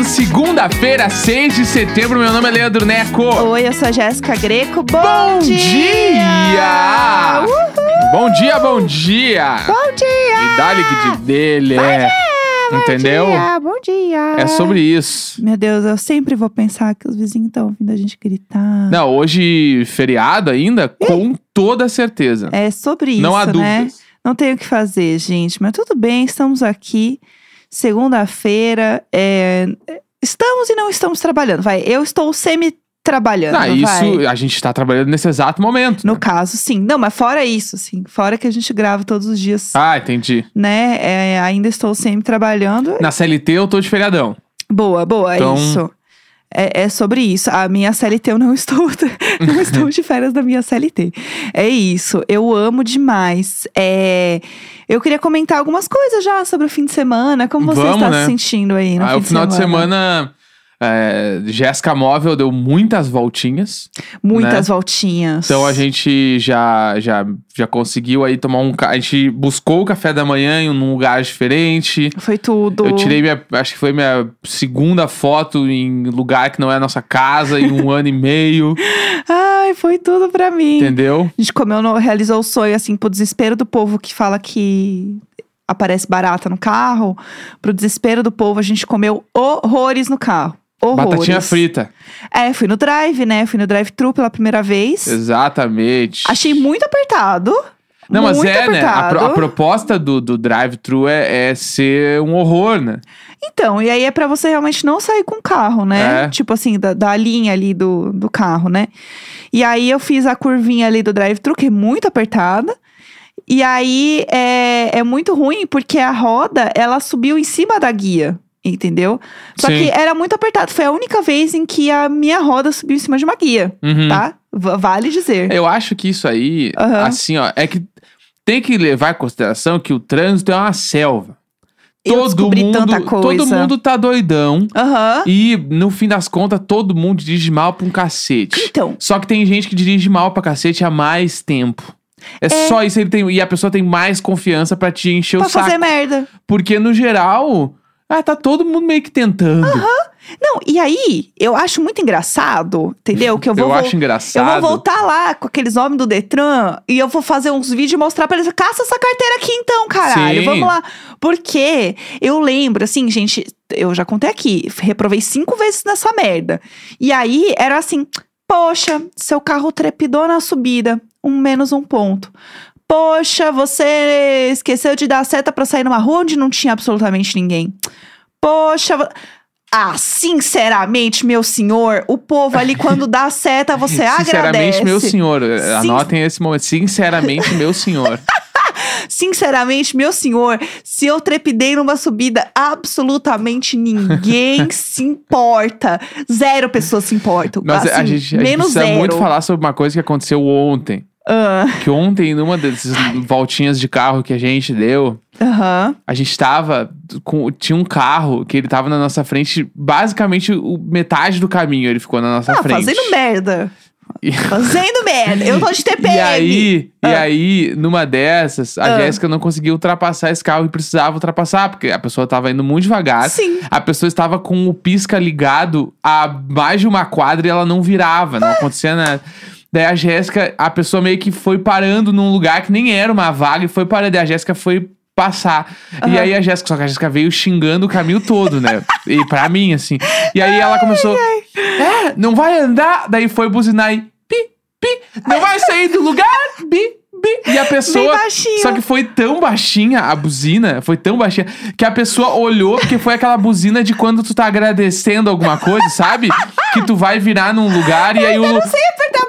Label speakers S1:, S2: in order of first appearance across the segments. S1: um segunda-feira, 6 de setembro. Meu nome é Leandro Neco.
S2: Oi, eu sou a Jéssica Greco. Bom,
S1: Bom
S2: dia!
S1: dia!
S2: Uhul!
S1: Bom dia, bom dia!
S2: Bom dia!
S1: E dá-lhe que de dele, é.
S2: Bom
S1: Entendeu?
S2: dia, Bom dia!
S1: É sobre isso.
S2: Meu Deus, eu sempre vou pensar que os vizinhos estão ouvindo a gente gritar.
S1: Não, hoje, feriado ainda, com toda certeza.
S2: É sobre isso,
S1: Não há
S2: né?
S1: dúvidas.
S2: Não tenho o que fazer, gente. Mas tudo bem, estamos aqui. Segunda-feira. é, Estamos e não estamos trabalhando. Vai, eu estou semi-trabalhando.
S1: Ah,
S2: vai.
S1: isso a gente tá trabalhando nesse exato momento.
S2: No
S1: né?
S2: caso, sim. Não, mas fora isso, sim. Fora que a gente grava todos os dias,
S1: Ah, entendi.
S2: né? É, ainda estou sempre trabalhando.
S1: Na CLT eu tô de feriadão.
S2: Boa, boa,
S1: Então-
S2: é isso. É, é sobre isso. A minha CLT, eu não estou, não estou de férias da minha CLT. É isso. Eu amo demais. É, eu queria comentar algumas coisas já sobre o fim de semana. Como você
S1: Vamos,
S2: está
S1: né?
S2: se sentindo aí no
S1: Ah,
S2: fim
S1: o final de semana, é, Jéssica Móvel deu muitas voltinhas.
S2: Muitas voltinhas.
S1: Então a gente já, já, já conseguiu aí tomar um. ca- A gente buscou o café da manhã em um lugar diferente.
S2: Foi tudo.
S1: Eu tirei minha. Acho que foi minha segunda foto em lugar que não é a nossa casa em um ano e meio.
S2: Ai, foi tudo pra mim.
S1: Entendeu?
S2: A gente comeu, no- realizou o sonho, assim, pro desespero do povo que fala que aparece barata no carro. Pro desespero do povo, a gente comeu horrores no carro. Horrores.
S1: Batatinha frita.
S2: É, fui no drive, né? Fui no drive-thru pela primeira vez.
S1: Exatamente.
S2: Achei muito apertado.
S1: Não, mas
S2: muito
S1: é, né? A,
S2: apertado.
S1: pro- a proposta do, do drive-thru é, é ser um horror, né?
S2: Então, e aí é pra você realmente não sair com o carro, né?
S1: É.
S2: Tipo assim, da, da linha ali do, do carro, né? E aí eu fiz a curvinha ali do drive-thru, que é muito apertada. E aí é, é muito ruim, porque a roda, ela subiu em cima da guia, entendeu? Só
S1: Sim.
S2: que era muito apertado. Foi a única vez em que a minha roda subiu em cima de uma guia,
S1: Uhum.
S2: tá? V- vale dizer.
S1: Eu acho que isso aí,
S2: Aham.
S1: assim, ó, é que tem que levar em consideração que o trânsito é uma selva.
S2: Eu descobri tanta coisa.
S1: Todo mundo tá doidão.
S2: Aham.
S1: E, no fim das contas, todo mundo dirige mal pra um cacete.
S2: Então,
S1: Só que tem gente que dirige mal pra cacete há mais tempo. É, só isso. Ele tem, e a pessoa tem mais confiança pra te encher
S2: pra
S1: o saco.
S2: fazer merda.
S1: Porque, no geral, ah, tá todo mundo meio que tentando.
S2: Não, e aí, eu acho muito engraçado, entendeu? Que eu
S1: eu
S2: vou. vol-
S1: acho
S2: eu
S1: engraçado.
S2: vou voltar lá com aqueles homens do Detran e eu vou fazer uns vídeos e mostrar pra eles. Caça essa carteira aqui então, caralho.
S1: Sim.
S2: Vamos lá. Porque eu lembro, assim, gente, eu já contei aqui, reprovei cinco vezes nessa merda. E aí era assim: poxa, seu carro trepidou na subida, um menos um ponto. Poxa, você esqueceu de dar a seta pra sair numa rua onde não tinha absolutamente ninguém. Poxa. vo- Ah, sinceramente, meu senhor, o povo ali quando dá a seta, você
S1: Sinceramente,
S2: agradece.
S1: meu senhor. eh,
S2: Sin-
S1: Anotem esse momento. Sinceramente, meu senhor.
S2: Sinceramente, meu senhor, se eu trepidei numa subida, absolutamente ninguém se importa. Zero pessoas se importam.
S1: Mas a
S2: Assim,
S1: gente, a gente
S2: menos
S1: precisa
S2: zero.
S1: muito falar sobre uma coisa que aconteceu ontem.
S2: Ah,
S1: Que ontem, numa dessas voltinhas de carro que a gente deu,
S2: Aham.
S1: a gente tava com. Tinha um carro que ele tava na nossa frente, basicamente o- metade do caminho ele ficou na nossa
S2: Ah,
S1: frente.
S2: fazendo merda.
S1: E-
S2: Fazendo merda. Eu tô de TPM.
S1: E aí, e
S2: Ah.
S1: aí, numa dessas, a
S2: Ah.
S1: Jéssica não conseguiu ultrapassar esse carro e precisava ultrapassar, porque a pessoa tava indo muito devagar.
S2: Sim.
S1: A pessoa estava com o pisca ligado a mais de uma quadra e ela não virava, não acontecia nada. Daí a Jéssica, a pessoa meio que foi parando num lugar que nem era uma vaga e foi parando. Daí a Jéssica foi passar. E
S2: Aham.
S1: aí a Jéssica, só que a Jéssica veio xingando o caminho todo, né? e pra mim, assim. E aí ela começou. É, não vai andar. Daí foi buzinar e pi, pi. Não vai sair do lugar. Bi, bi. E a
S2: Bem
S1: pessoa.
S2: baixinho.
S1: Só que foi tão baixinha a buzina, foi tão baixinha, que a pessoa olhou, porque foi aquela buzina de quando tu tá agradecendo alguma coisa, sabe? Que tu vai virar num lugar e aí o,
S2: Sem apertar a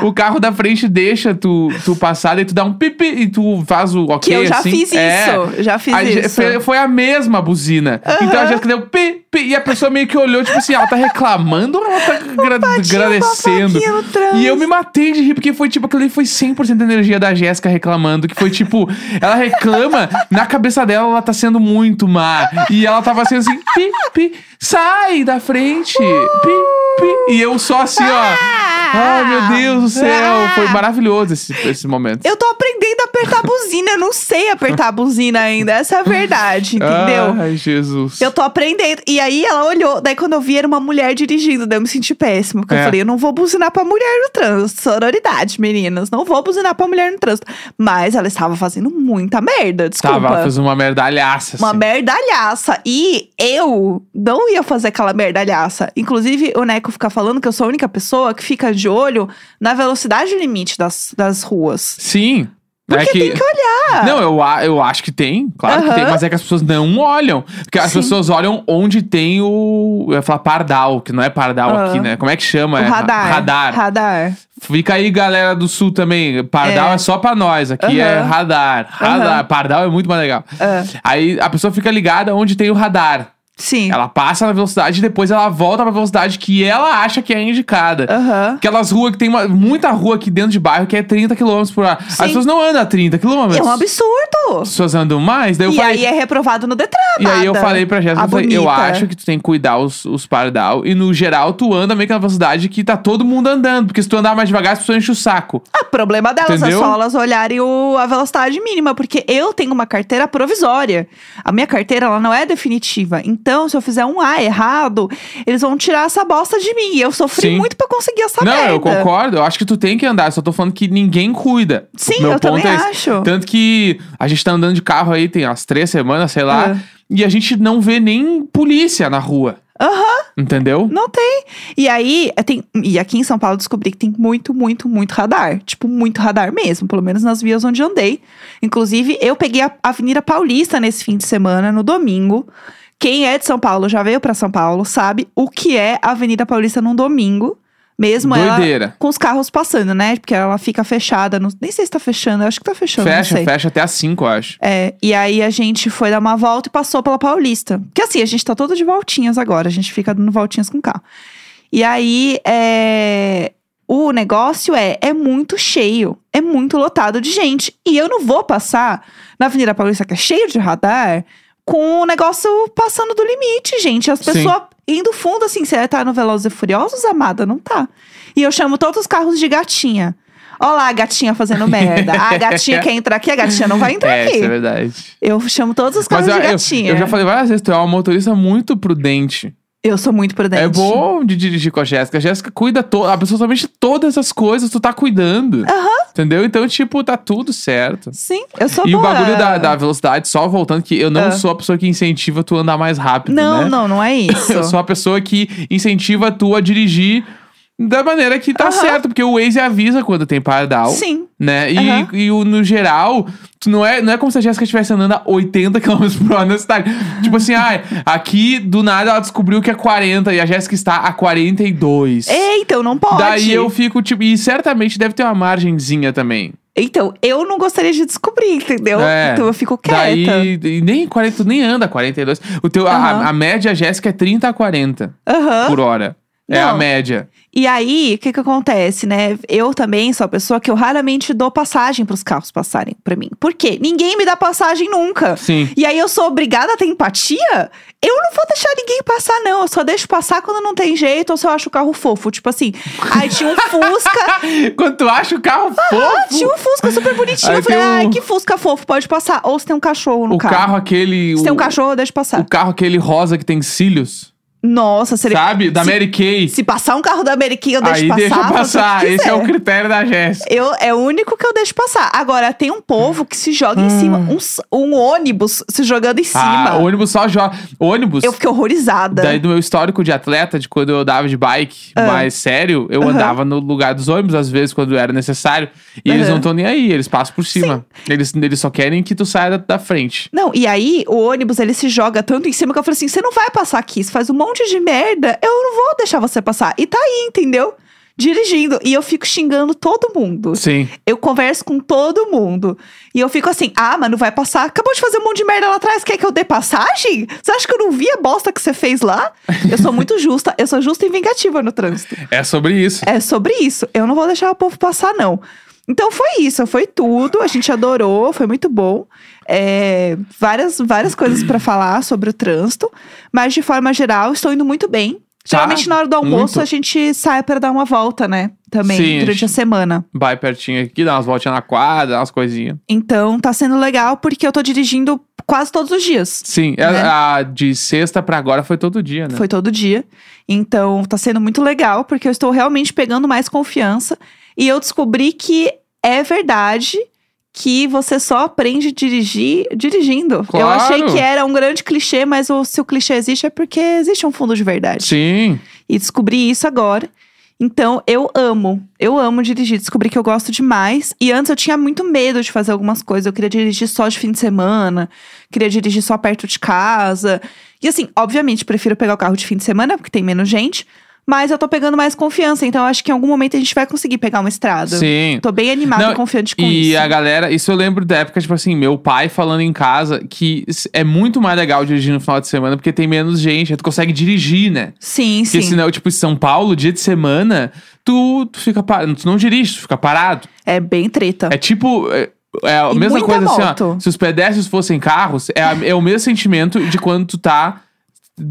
S1: o carro da frente deixa tu, tu passar, daí tu dá um pipi e tu faz o
S2: que
S1: ok.
S2: eu já
S1: assim.
S2: fiz
S1: É.
S2: isso. Já fiz
S1: Aí,
S2: isso.
S1: Foi, foi a mesma buzina. Então a Jéssica deu pi, pi, e a pessoa meio que olhou, tipo assim, ela tá reclamando ou ela tá gra-
S2: Tinha uma
S1: agradecendo?
S2: fofoquinha no trânsito.
S1: E eu me matei de rir, porque foi tipo, aquilo ali foi 100% da energia da Jéssica reclamando. Que foi tipo, ela reclama, na cabeça dela ela tá sendo muito má. E ela tava sendo assim, pi, pi, sai da frente, pi, pi. E eu só assim, ó. Ai, meu Deus do céu.
S2: Ah!
S1: Foi maravilhoso esse, esse momento.
S2: Eu tô aprendendo a apertar a buzina, eu não sei apertar a buzina ainda. Essa é a verdade,
S1: Ah.
S2: entendeu?
S1: Ai, Jesus.
S2: Eu tô aprendendo. E aí ela olhou, daí quando eu vi era uma mulher dirigindo, daí eu me senti péssimo. Porque
S1: É.
S2: eu falei, eu não vou buzinar pra mulher no trânsito. Sororidade, meninas. Não vou buzinar pra mulher no trânsito. Mas ela estava fazendo muita merda, desculpa.
S1: Tava, ela Tá, fez uma merdalhaça.
S2: Uma
S1: assim.
S2: merdalhaça. E eu não ia fazer aquela merdalhaça. Inclusive, o Neco fica falando que eu sou a única pessoa que fica de olho na velocidade limite das, das ruas.
S1: Sim. É
S2: Porque tem que olhar.
S1: Não, eu, a- eu acho que tem, claro que
S2: Aham.
S1: tem, mas é que as pessoas não olham. Porque as
S2: Sim.
S1: pessoas olham onde tem o. Eu ia falar pardal, que não é pardal
S2: Ah.
S1: aqui, né? Como é que chama?
S2: O
S1: É,
S2: radar.
S1: Radar.
S2: Radar.
S1: Fica aí, galera do sul também. Pardal é,
S2: É.
S1: só pra nós. Aqui é
S2: Aham.
S1: radar. Radar.
S2: Aham.
S1: Pardal é muito mais legal.
S2: Ah,
S1: Aí a pessoa fica ligada onde tem o radar.
S2: sim.
S1: Ela passa na velocidade e depois ela volta pra velocidade que ela acha que é indicada.
S2: Aham.
S1: Aquelas ruas que tem uma- muita rua aqui dentro de bairro que é 30 km por hora. As
S2: Sim.
S1: pessoas não andam a 30 km.
S2: É um absurdo.
S1: As pessoas andam mais. Daí eu
S2: e
S1: falei,
S2: aí é reprovado no Detran.
S1: e aí eu
S2: nada.
S1: falei pra Jéssica,
S2: A
S1: eu, falei, eu
S2: bonita.
S1: acho que tu tem que cuidar os, os pardal. E no geral, tu anda meio que na velocidade que tá todo mundo andando. Porque se tu andar mais devagar, as pessoas enchem o saco.
S2: Ah, problema delas
S1: Entendeu?
S2: é só elas olharem o- a velocidade mínima, porque eu tenho uma carteira provisória. A minha carteira, ela não é definitiva. Então, se eu fizer um A errado, eles vão tirar essa bosta de mim. E eu sofri
S1: Sim.
S2: muito pra conseguir essa
S1: não,
S2: merda.
S1: eu concordo. Eu acho que tu tem que andar. Eu só tô falando que ninguém cuida.
S2: Sim,
S1: O Meu
S2: eu
S1: ponto
S2: também
S1: é esse.
S2: acho.
S1: Tanto que a gente tá andando de carro aí, tem umas três semanas, sei Tá lá.
S2: Ah.
S1: E a gente não vê nem polícia na rua.
S2: Aham.
S1: Entendeu?
S2: Não tem. E aí, eh, tem, e aqui em São Paulo eu descobri que tem muito, muito, muito radar. Tipo, muito radar mesmo, pelo menos nas vias onde andei. Inclusive, eu peguei a Avenida Paulista nesse fim de semana, no domingo. Quem é de São Paulo, já veio pra São Paulo, sabe o que é a Avenida Paulista num domingo. Mesmo ela
S1: Doideira.
S2: com os carros passando, né? Porque ela fica fechada. não- nem sei se tá fechando, eu acho que tá fechando. não
S1: Fecha,
S2: sei.
S1: fecha até às 5, eu acho.
S2: É, e aí a gente foi dar uma volta e passou pela Paulista. Porque assim, a gente tá todo de voltinhas agora, a gente fica dando voltinhas com o carro. E aí, é, o negócio é, é muito cheio, é muito lotado de gente. E eu não vou passar na Avenida Paulista, que é cheio de radar, com o negócio passando do limite, gente. As
S1: Sim.
S2: pessoas indo fundo, assim, você tá no Velozes e Furiosos, amada? Não tá. E eu chamo todos os carros de gatinha. Olha lá a gatinha fazendo merda. Ah, A gatinha quer entrar aqui, a gatinha não vai entrar
S1: é,
S2: aqui.
S1: isso é verdade.
S2: Eu chamo todos os carros
S1: eu,
S2: de
S1: eu-
S2: gatinha.
S1: eu já falei várias vezes, tu é uma motorista muito prudente.
S2: Eu sou muito prudente.
S1: É bom de dirigir com a Jéssica. A Jéssica cuida to absolutamente todas as coisas, tu tá cuidando. Entendeu? Então, tipo, tá tudo certo.
S2: Sim, eu sou
S1: e
S2: boa.
S1: o bagulho da, da velocidade, só voltando, que eu não
S2: Ah.
S1: sou a pessoa que incentiva tu a andar mais rápido,
S2: Não,
S1: né?
S2: não, não é isso.
S1: Eu sou a pessoa que incentiva tu a dirigir da maneira que tá
S2: Aham.
S1: certo, porque o Waze avisa quando tem pardal.
S2: Sim.
S1: Né? E,
S2: Aham.
S1: e o- no geral, tu não, é, não é como se a Jéssica estivesse andando a 80 km por hora na cidade. tipo assim, ah, aqui do nada ela descobriu que é 40 e a Jéssica está a 42.
S2: É, então não pode.
S1: Daí eu fico, tipo, e certamente deve ter uma margenzinha também.
S2: Então, eu não gostaria de descobrir, entendeu?
S1: É.
S2: Então eu fico quieta.
S1: Daí, e nem 40, tu nem anda 42. O teu, a-
S2: Aham.
S1: a, a média Jéssica é 30 a 40
S2: Aham.
S1: por hora. É a
S2: Não.
S1: média.
S2: E aí, o que que acontece, né? Eu também sou a pessoa que eu raramente dou passagem pros carros passarem pra mim. Por quê? Ninguém me dá passagem nunca.
S1: Sim.
S2: E aí eu sou obrigada a ter empatia? Eu não vou deixar ninguém passar, não. Eu só deixo passar quando não tem jeito ou se eu acho o carro fofo. Tipo assim, aí tinha um Fusca.
S1: Quando tu acha o carro
S2: Ah,
S1: fofo,
S2: tinha um Fusca super bonitinho.
S1: Aí
S2: eu falei,
S1: tem um-
S2: ai, que Fusca fofo, pode passar. Ou se tem um cachorro no
S1: o carro, aquele.
S2: Se
S1: o,
S2: tem um cachorro, deixa passar.
S1: o carro aquele rosa que tem cílios.
S2: Nossa, seria.
S1: Sabe? Da
S2: se-
S1: Mary Kay.
S2: Se passar um carro da Ameriquinha, eu deixo
S1: Aí
S2: passar.
S1: deixa
S2: faço o que
S1: passar. Esse é o
S2: quiser.
S1: critério da Jéssica.
S2: Eu, é o único que eu deixo passar. Agora, tem um povo que se joga em cima. Um, s- um ônibus se jogando em cima.
S1: Hum. Ah, ônibus só joga. Ônibus.
S2: Eu fiquei horrorizada.
S1: Daí do meu histórico de atleta, de quando eu andava de bike mais sério, eu
S2: Ah. Aham.
S1: andava no lugar dos ônibus, às vezes, quando era necessário. E eles
S2: Aham.
S1: não estão nem aí, eles passam por cima. Eles, eles só querem que tu saia da, da frente.
S2: Não, e aí o ônibus ele se joga tanto em cima que eu falei assim: você não vai passar aqui, você faz um monte de merda, eu não vou deixar você passar. E tá aí, entendeu? Dirigindo. E eu fico xingando todo mundo.
S1: Sim.
S2: Eu converso com todo mundo. E eu fico assim: ah, mas não vai passar. Acabou de fazer um monte de merda lá atrás, quer que eu dê passagem? Você acha que eu não vi a bosta que você fez lá? Eu sou muito justa, eu sou justa e vingativa no trânsito.
S1: É sobre isso.
S2: É sobre isso. Eu não vou deixar o povo passar, não. Então foi isso, foi tudo. A gente adorou, foi muito bom. É, várias, várias coisas pra falar sobre o trânsito, mas de forma geral, estou indo muito bem. Geralmente na hora do almoço
S1: muito.
S2: a gente sai pra dar uma volta, né? também
S1: Sim,
S2: durante
S1: acho-
S2: a semana.
S1: Vai pertinho aqui, dá umas voltinhas na quadra, dá umas coisinhas.
S2: Então tá sendo legal porque eu tô dirigindo quase todos os dias.
S1: Sim, é,
S2: Né?
S1: a, a de sexta pra agora foi todo dia, né?
S2: Foi todo dia. Então tá sendo muito legal porque eu estou realmente pegando mais confiança e eu descobri que é verdade que você só aprende a dirigir dirigindo. Eu
S1: Claro.
S2: achei que era um grande clichê, mas o- se o clichê existe é porque existe um fundo de verdade.
S1: Sim.
S2: E descobri isso agora. Então, eu amo. Eu amo dirigir. Descobri que eu gosto demais. E antes eu tinha muito medo de fazer algumas coisas. Eu queria dirigir só de fim de semana. Queria dirigir só perto de casa. E assim, obviamente, prefiro pegar o carro de fim de semana, porque tem menos gente. Mas eu tô pegando mais confiança. Então, eu acho que em algum momento a gente vai conseguir pegar uma estrada.
S1: Sim.
S2: Tô bem animada
S1: Não,
S2: e confiante com
S1: E
S2: isso.
S1: a galera, isso eu lembro da época, tipo assim, meu pai falando em casa que s- é muito mais legal dirigir no final de semana porque tem menos gente, aí tu consegue dirigir, né?
S2: Sim,
S1: Porque
S2: sim.
S1: senão, tipo, em São Paulo, dia de semana, tu, tu fica parado, tu não dirige, tu fica parado.
S2: É bem treta.
S1: É tipo. É, é a
S2: E
S1: mesma
S2: muita
S1: coisa assim, ó.
S2: moto.
S1: Se os pedestres fossem carros, é, a- é o mesmo sentimento de quando tu tá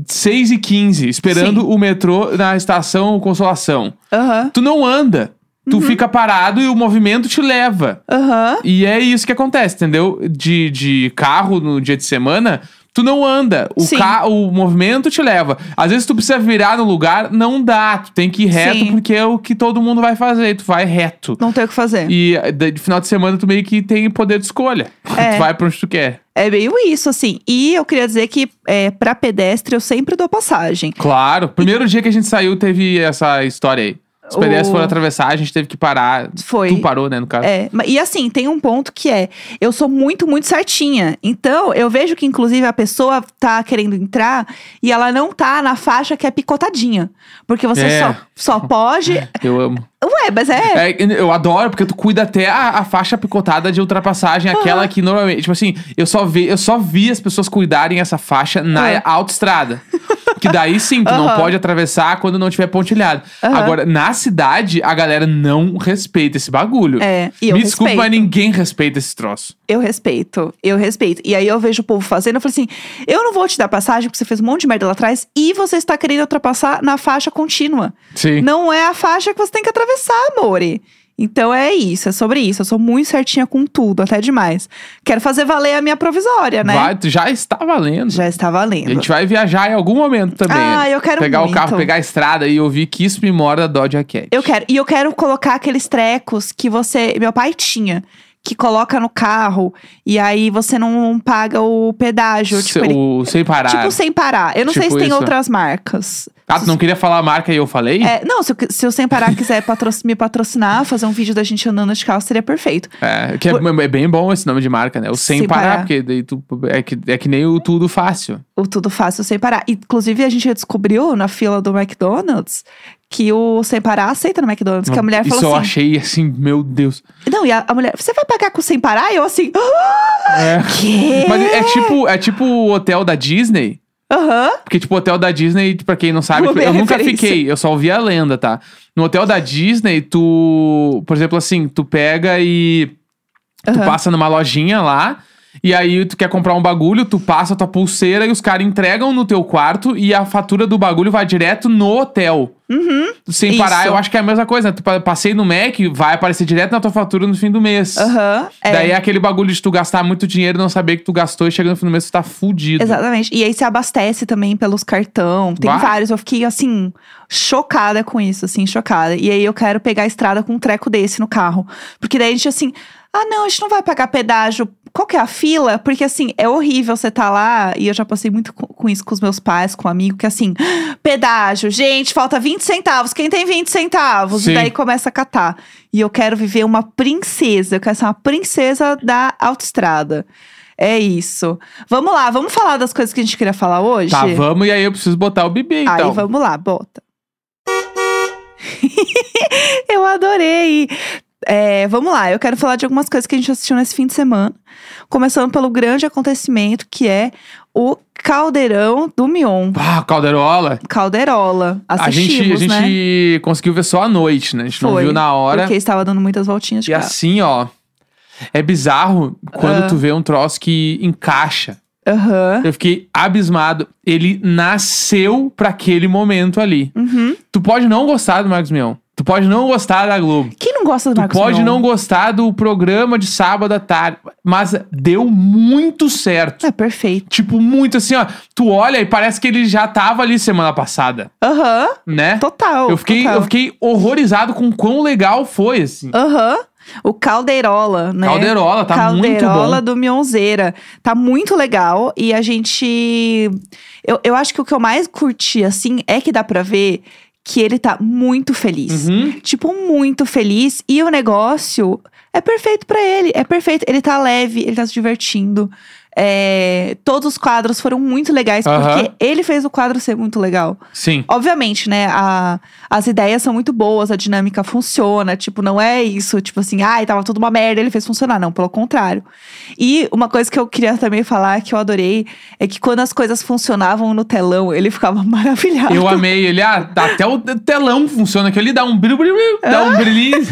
S1: 6 e 15 esperando o metrô na estação Consolação.
S2: Aham,
S1: Tu não anda. Tu
S2: Uhum.
S1: fica parado e o movimento te leva.
S2: aham.
S1: E é isso que acontece, entendeu? De, de carro no dia de semana, tu não anda. O,
S2: Sim.
S1: ca o movimento te leva. Às vezes tu precisa virar no lugar, não dá. Tu tem que ir reto,
S2: Sim.
S1: porque é o que todo mundo vai fazer. e Tu vai reto.
S2: Não tem o que fazer.
S1: E eh, de de final de semana tu meio que tem poder de escolha.
S2: É.
S1: Tu vai pra onde tu quer.
S2: É meio isso, assim. E eu queria dizer que é, para pedestre eu sempre dou passagem.
S1: Claro. Primeiro dia que a gente saiu, teve essa história aí. Os
S2: O-
S1: pedestres foram atravessar, a gente teve que parar.
S2: Foi.
S1: Tu parou, né, no caso?
S2: É, ma- e assim, tem um ponto que é, eu sou muito, muito certinha. Então, eu vejo que, inclusive, a pessoa tá querendo entrar e ela não tá na faixa que é picotadinha. Porque você
S1: É.
S2: só, só pode.
S1: Eu amo.
S2: Ué, mas é.
S1: É, eu adoro, porque tu cuida até a, a faixa picotada de ultrapassagem, aquela que normalmente. Tipo assim, eu só, vi, eu só vi as pessoas cuidarem essa faixa na
S2: Aham.
S1: autoestrada. que daí sim, tu não
S2: Ah. Aham.
S1: pode atravessar quando não tiver pontilhado.
S2: Aham.
S1: Agora, na cidade, a galera não respeita esse bagulho.
S2: É, e eu
S1: Me desculpa,
S2: respeito.
S1: mas ninguém respeita esse troço.
S2: Eu respeito, eu respeito. E aí eu vejo o povo fazendo, eu falo assim: eu não vou te dar passagem, porque você fez um monte de merda lá atrás, e você está querendo ultrapassar na faixa contínua.
S1: Sim.
S2: Não é a faixa que você tem que atravessar, amore. Então é isso, é sobre isso. Eu sou muito certinha com tudo, até demais. Quero fazer valer a minha provisória, né?
S1: Vai, tu já está valendo.
S2: Já está valendo.
S1: A gente vai viajar em algum momento também.
S2: Ah,
S1: né?
S2: eu quero
S1: Pegar o
S2: muito.
S1: carro, pegar a estrada e ouvir que isso me mora da Dodge Cat.
S2: Eu quero, e eu quero colocar aqueles trecos que você, meu pai tinha, que coloca no carro e aí você não paga o pedágio, tipo, ele-
S1: o, sem parar.
S2: tipo sem parar. Eu não sei
S1: Tipo
S2: se tem
S1: isso.
S2: outras marcas.
S1: Ah, tu não queria falar a marca e eu falei?
S2: É, não, se eu, se eu sem parar quiser patro- me patrocinar, fazer um vídeo da gente andando de carro seria perfeito.
S1: É, que é, é bem bom esse nome de marca, né? O sem,
S2: Sem
S1: parar,
S2: parar.
S1: porque daí tu, é, que, é que nem o tudo fácil.
S2: o Tudo Fácil Sem Parar. Inclusive, a gente descobriu na fila do McDonald's que o Sem Parar aceita no McDonald's. Que a mulher
S1: Isso eu
S2: falou assim...
S1: achei assim, meu Deus.
S2: Não, e a, a mulher... Você vai pagar com o Sem Parar? E eu assim... "Ah,
S1: É.
S2: Quê?
S1: Mas é tipo, é tipo o hotel da Disney.
S2: Aham.
S1: Porque, tipo, o hotel da Disney, pra quem não sabe,
S2: Vou
S1: tipo,
S2: ver a
S1: eu nunca
S2: referência.
S1: fiquei, eu só ouvi a lenda, tá? No hotel da Disney, tu, por exemplo, assim, tu pega e tu
S2: aham.
S1: passa numa lojinha lá. E aí tu quer comprar um bagulho, tu passa a tua pulseira e os caras entregam no teu quarto e a fatura do bagulho vai direto no hotel. Sem
S2: Uhum. isso.
S1: parar, eu acho que é a mesma coisa. né? Tu pa- passei no Mac, vai aparecer direto na tua fatura no fim do mês.
S2: Aham, é.
S1: Daí é aquele bagulho de tu gastar muito dinheiro e não saber que tu gastou e chegando no fim do mês tu tá fudido.
S2: Exatamente. E aí se abastece também pelos cartão. Tem
S1: Bah.
S2: vários. Eu fiquei, assim, chocada com isso, assim, chocada. E aí eu quero pegar a estrada com um treco desse no carro. Porque daí a gente, assim, ah, não, a gente não vai pagar pedágio. Qual que é a fila? Porque, assim, é horrível você tá lá. E eu já passei muito com, com isso com os meus pais, com um amigo, que assim, pedágio, gente, falta 20 centavos. Quem tem 20 centavos?
S1: Sim.
S2: E daí começa a catar. E eu quero viver uma princesa. Eu quero ser uma princesa da autoestrada. É isso. Vamos lá, vamos falar das coisas que a gente queria falar hoje?
S1: Tá, vamos, e aí eu preciso botar o bebê, então.
S2: Aí vamos lá, bota. eu adorei. É, vamos lá, eu quero falar de algumas coisas que a gente assistiu nesse fim de semana. Começando pelo grande acontecimento que é o Caldeirão do Mion.
S1: Ah, Calderola.
S2: Calderola.
S1: A gente, a
S2: Assistimos, né?
S1: gente conseguiu ver só à noite, né? A gente não
S2: Foi,
S1: viu na hora.
S2: Porque estava dando muitas voltinhas de
S1: E
S2: carro.
S1: assim, ó. É bizarro quando
S2: Tá. Ah.
S1: tu vê um troço que encaixa.
S2: Aham.
S1: Eu fiquei abismado. Ele nasceu pra aquele momento ali.
S2: Uhum.
S1: Tu pode não gostar do Marcos Mion. Tu Tu pode não gostar da Globo.
S2: Quem não gosta do
S1: Tu
S2: Marcos
S1: pode
S2: Mion?
S1: não gostar do programa de sábado à tarde, mas deu muito certo.
S2: É perfeito.
S1: Tipo, muito assim, ó. Tu olha e parece que ele já tava ali semana passada,
S2: Aham.
S1: né?
S2: Total.
S1: Eu fiquei,
S2: total.
S1: eu fiquei horrorizado com quão legal foi, assim.
S2: Aham. O Caldeirola, né?
S1: Calderola, tá
S2: Caldeirola
S1: muito bom.
S2: do Mionzeira. Tá muito legal. E a gente. Eu, eu acho que o que eu mais curti, assim, é que dá pra ver que ele tá muito feliz.
S1: Uhum.
S2: Tipo, muito feliz. E o negócio é perfeito pra ele. É perfeito. Ele tá leve, ele tá se divertindo. É, todos os quadros foram muito legais,
S1: Aham.
S2: porque ele fez o quadro ser muito legal.
S1: Sim.
S2: Obviamente, né? a- as ideias são muito boas, a dinâmica funciona. Tipo, não é isso, tipo assim, ai, tava tudo uma merda, ele fez funcionar. Não, pelo contrário. E uma coisa que eu queria também falar, que eu adorei, é que quando as coisas funcionavam no telão, ele ficava maravilhado.
S1: Eu amei ele. Ah, tá, até o telão funciona, que ele dá um brilho, brilho, brilho, dá um brilhinho.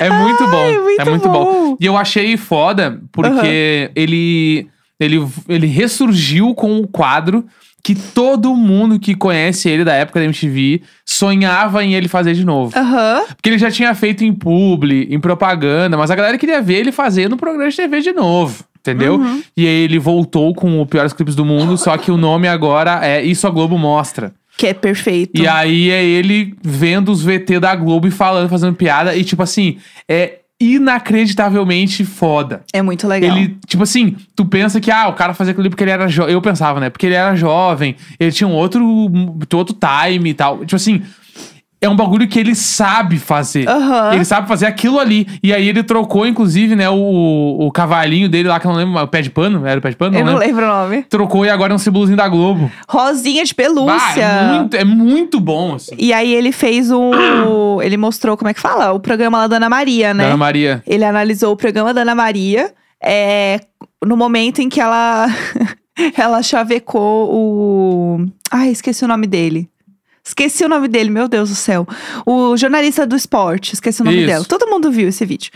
S1: é muito bom.
S2: Ai, muito
S1: é muito bom.
S2: bom.
S1: E eu achei foda, porque ele, ele, ele ressurgiu com o quadro que todo mundo que conhece ele da época da MTV sonhava em ele fazer de novo.
S2: Aham,
S1: Porque ele já tinha feito em publi, em propaganda, mas a galera queria ver ele fazer no programa de TV de novo. Entendeu?
S2: Uhum.
S1: E aí ele voltou com o Piores Clipes do Mundo, só que o nome agora é Isso a Globo Mostra.
S2: que é perfeito.
S1: E aí é ele vendo os VT da Globo e falando, fazendo piada. E tipo assim, é inacreditavelmente foda.
S2: É muito legal.
S1: Ele, tipo assim, tu pensa que, ah, o cara fazia aquilo ali porque ele era jovem. Eu pensava, né? Porque ele era jovem, ele tinha um outro, outro time e tal. Tipo assim, é um bagulho que ele sabe fazer.
S2: Aham.
S1: Ele sabe fazer aquilo ali. E aí ele trocou, inclusive, né, o, o cavalinho dele lá, que eu não lembro, o pé de pano? Era o pé de pano?
S2: eu
S1: não né?
S2: não
S1: lembro.
S2: lembro o nome.
S1: Trocou e agora é um símbolozinho da Globo.
S2: Rosinha de
S1: Bah,
S2: pelúcia.
S1: é, muito, é muito bom, assim.
S2: E aí ele fez o. ele mostrou como é que fala? O programa lá da Ana Maria, né?
S1: Ana Maria.
S2: Ele analisou o programa da Ana Maria é, no momento em que ela, ela chavecou o. Ai, esqueci o nome dele. Esqueci o nome dele, meu Deus do céu. O jornalista do esporte, esqueci o nome
S1: Isso.
S2: dela. Todo mundo viu esse vídeo.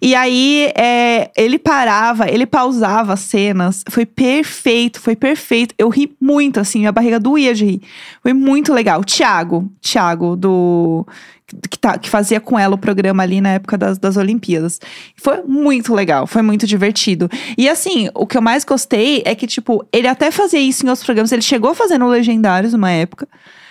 S2: E aí, é, ele parava, ele pausava as cenas. Foi perfeito, foi perfeito. Eu ri muito, assim, minha barriga doía de rir. Foi muito legal. Tiago, Tiago, do. Que, tá- que fazia com ela o programa ali na época das, das Olimpíadas. Foi muito legal, foi muito divertido. E assim, o que eu mais gostei é que, tipo, ele até fazia isso em outros programas, ele chegou fazendo Legendários numa época.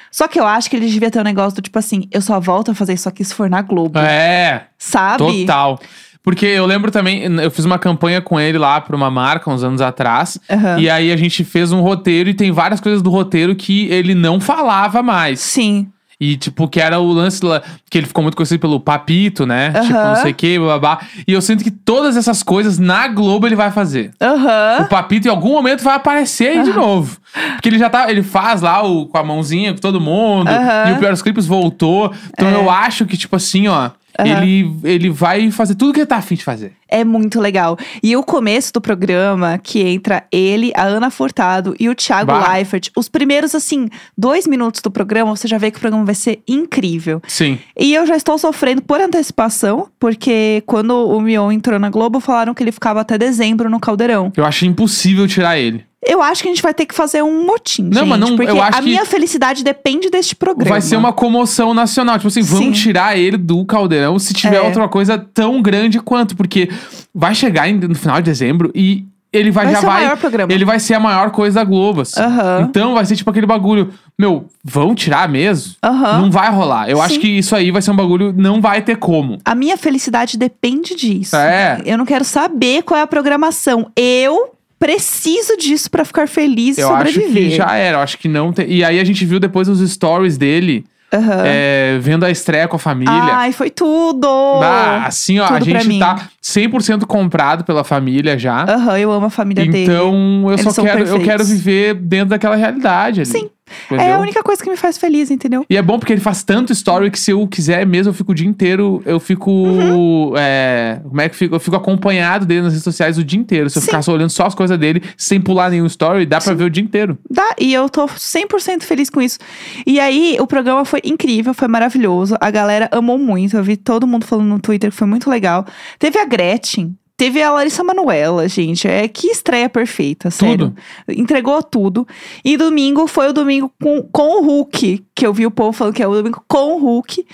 S2: Só que eu acho que ele devia ter um negócio do tipo assim, eu só volto a fazer isso aqui se for na Globo.
S1: É,
S2: Sabe?
S1: total. Porque eu lembro também, eu fiz uma campanha com ele lá pra uma marca uns anos atrás.
S2: Aham.
S1: E aí a gente fez um roteiro e tem várias coisas do roteiro que ele não falava mais.
S2: Sim.
S1: E tipo, que era o lance lá, que ele ficou muito conhecido pelo papito, né? Tipo, não
S2: Aham.
S1: sei o que, babá. E eu sinto que todas essas coisas na Globo ele vai fazer.
S2: Aham.
S1: O papito em algum momento vai aparecer aí de novo. Porque ele já tá. Ele faz lá o, com a mãozinha com todo mundo.
S2: Aham. É.
S1: E o Piores Clipes voltou. Então eu acho que, tipo assim, ó. Ele, ele vai fazer tudo que ele tá afim de fazer.
S2: É muito legal. E o começo do programa, que entra ele, a Ana Furtado e o Thiago
S1: Bah.
S2: Leifert. Os primeiros, assim, dois minutos do programa, você já vê que o programa vai ser incrível.
S1: Sim.
S2: E eu já estou sofrendo por antecipação, porque quando o Mion entrou na Globo, falaram que ele ficava até dezembro no Caldeirão.
S1: Eu acho impossível tirar ele.
S2: Eu acho que a gente vai ter que fazer um motim,
S1: Não,
S2: gente,
S1: mas não-
S2: porque
S1: eu acho
S2: a
S1: que-
S2: minha felicidade depende deste programa.
S1: Vai ser uma comoção nacional. Tipo assim, vamos
S2: Sim.
S1: tirar ele do caldeirão se tiver
S2: É.
S1: outra coisa tão grande quanto. Porque vai chegar em- no final de dezembro e ele vai,
S2: Vai
S1: já
S2: ser o
S1: vai.
S2: maior programa.
S1: Ele vai ser a maior coisa da Globo. assim.
S2: Aham.
S1: Então vai ser tipo aquele bagulho. Meu, vão tirar mesmo?
S2: Aham.
S1: Não vai rolar. Eu acho
S2: Sim.
S1: que isso aí vai ser um bagulho, não vai ter como.
S2: A minha felicidade depende disso.
S1: É.
S2: Eu não quero saber qual é a programação. Eu preciso disso pra ficar feliz e
S1: Eu acho que
S2: sobreviver.
S1: já era, eu acho que não tem. E aí a gente viu depois os stories dele
S2: Aham.
S1: é, vendo a estreia com a família.
S2: Ai, foi tudo!
S1: Bah, assim, ó, a
S2: tudo pra
S1: gente
S2: mim.
S1: tá 100% comprado pela família já.
S2: Aham, eu amo a família dele.
S1: Então, eu
S2: Eles
S1: só
S2: são
S1: quero, eu quero
S2: perfeitos.
S1: viver dentro daquela realidade ali.
S2: Sim.
S1: Entendeu?
S2: É a única coisa que me faz feliz, entendeu?
S1: E é bom porque ele faz tanto story que se eu quiser mesmo, eu fico o dia inteiro, eu fico.
S2: Uhum.
S1: é, como é que eu fico? Eu fico acompanhado dele nas redes sociais o dia inteiro. Se eu
S2: Sim.
S1: ficar só olhando só as coisas dele, sem pular nenhum story, dá pra ver o dia inteiro.
S2: Dá, e eu tô 100% feliz com isso. E aí, o programa foi incrível, foi maravilhoso. A galera amou muito. Eu vi todo mundo falando no Twitter que foi muito legal. Teve a Gretchen, teve a Larissa Manuela, gente. É que estreia perfeita, sério.
S1: Tudo.
S2: Entregou tudo. E domingo foi o domingo com, com o Hulk, que eu vi o povo falando que é o domingo com o Hulk.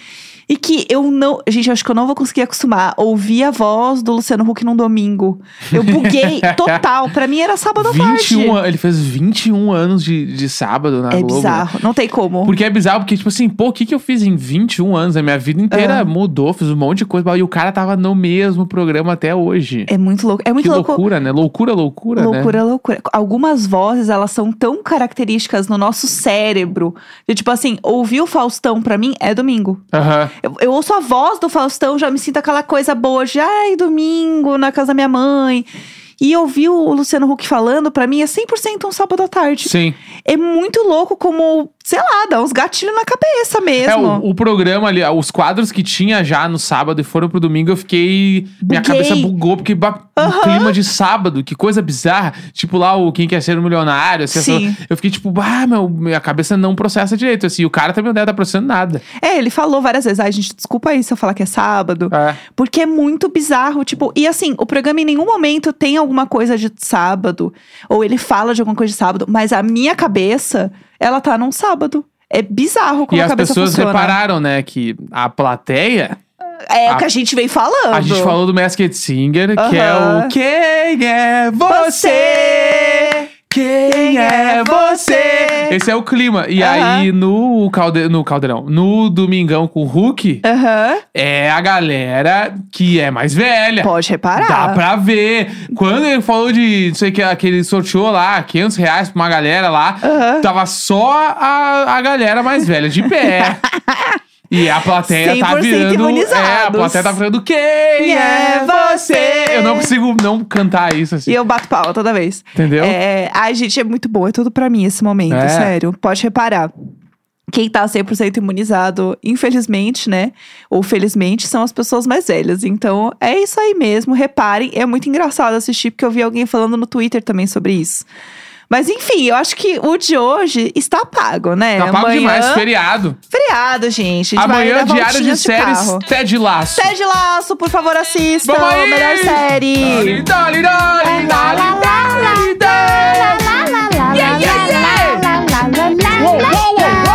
S2: E que eu não. Gente, eu acho que eu não vou conseguir acostumar. Ouvir a voz do Luciano Huck num domingo. Eu buguei total. Pra mim era sábado à tarde.
S1: 21 an- Ele fez 21 anos de, de sábado na
S2: É
S1: Globo. né?
S2: bizarro. Não tem como.
S1: Porque é bizarro, porque, tipo assim, pô, o que, que eu fiz em 21 anos? A minha vida inteira
S2: É.
S1: mudou, fiz um monte de coisa. E o cara tava no mesmo programa até hoje.
S2: É muito louco. É muito
S1: que
S2: louco.
S1: loucura, né? Loucura, loucura, né?
S2: Loucura, loucura. Algumas vozes, elas são tão características no nosso cérebro. E, tipo assim, ouvir o Faustão pra mim é domingo.
S1: Aham.
S2: Eu, eu ouço a voz do Faustão, já me sinto aquela coisa boa de ai, domingo, na casa da minha mãe. E ouvir o Luciano Huck falando, pra mim, é 100% um sábado à tarde.
S1: Sim.
S2: É muito louco como, sei lá, dá uns gatilhos na cabeça mesmo.
S1: É, o, o programa ali, ah, os quadros que tinha já no sábado e foram pro domingo, eu fiquei. Minha
S2: Buguei.
S1: cabeça bugou, porque ba- um clima de sábado, que coisa bizarra. Tipo lá o Quem Quer Ser um Milionário, assim,
S2: Sim.
S1: essa- eu fiquei tipo, ah, meu, minha cabeça não processa direito, assim, e o cara também não deve tá processando nada.
S2: É, ele falou várias vezes, ai, gente, desculpa aí se eu falar que é sábado.
S1: É.
S2: Porque é muito bizarro, tipo, e assim, o programa em nenhum momento tem alguma coisa de sábado, ou ele fala de alguma coisa de sábado, mas a minha cabeça, ela tá num sábado. É bizarro como
S1: E
S2: a
S1: as
S2: cabeça
S1: pessoas
S2: funciona.
S1: repararam, né, que a plateia,
S2: É o
S1: a-
S2: que a gente vem falando.
S1: Ah. a gente falou do Masked Singer, que é
S2: Aham.
S1: o Quem é você? Quem é você? Esse é o clima. E
S2: Aham.
S1: aí, no, calde... no Caldeirão, no Domingão com o Hulk,
S2: Aham.
S1: é a galera que é mais velha.
S2: Pode reparar.
S1: Dá pra ver. Quando ele falou de, não sei o que, aquele sorteou lá, 500 reais pra uma galera lá,
S2: Aham.
S1: tava só a, a galera mais velha de pé. E a plateia tá
S2: 100%
S1: virando. É, a
S2: imunizados.
S1: plateia tá virando quem é você? Eu não consigo não cantar isso assim.
S2: E eu bato pau toda vez.
S1: Entendeu?
S2: É, ai, gente, é muito bom. É tudo pra mim esse momento,
S1: É.
S2: sério. Pode reparar. Quem tá 100% imunizado, infelizmente, né? Ou felizmente, são as pessoas mais velhas. Então, é isso aí mesmo. Reparem, é muito engraçado assistir, porque eu vi alguém falando no Twitter também sobre isso. Mas enfim, eu acho que o de hoje está pago, né?
S1: tá pago
S2: Amanhã-
S1: demais, feriado.
S2: Feriado, gente. A gente
S1: Amanhã, é
S2: vai dar
S1: diário de
S2: voltinhas
S1: séries,
S2: carro.
S1: Ted Laço.
S2: Ted Laço, por favor, assistam.
S1: Vamos aí!
S2: Melhor série.
S1: Dali, dali, dali, dali, dali, dali.
S3: La la la la la la la la la la la la.
S1: Uou, uou, uou, uou.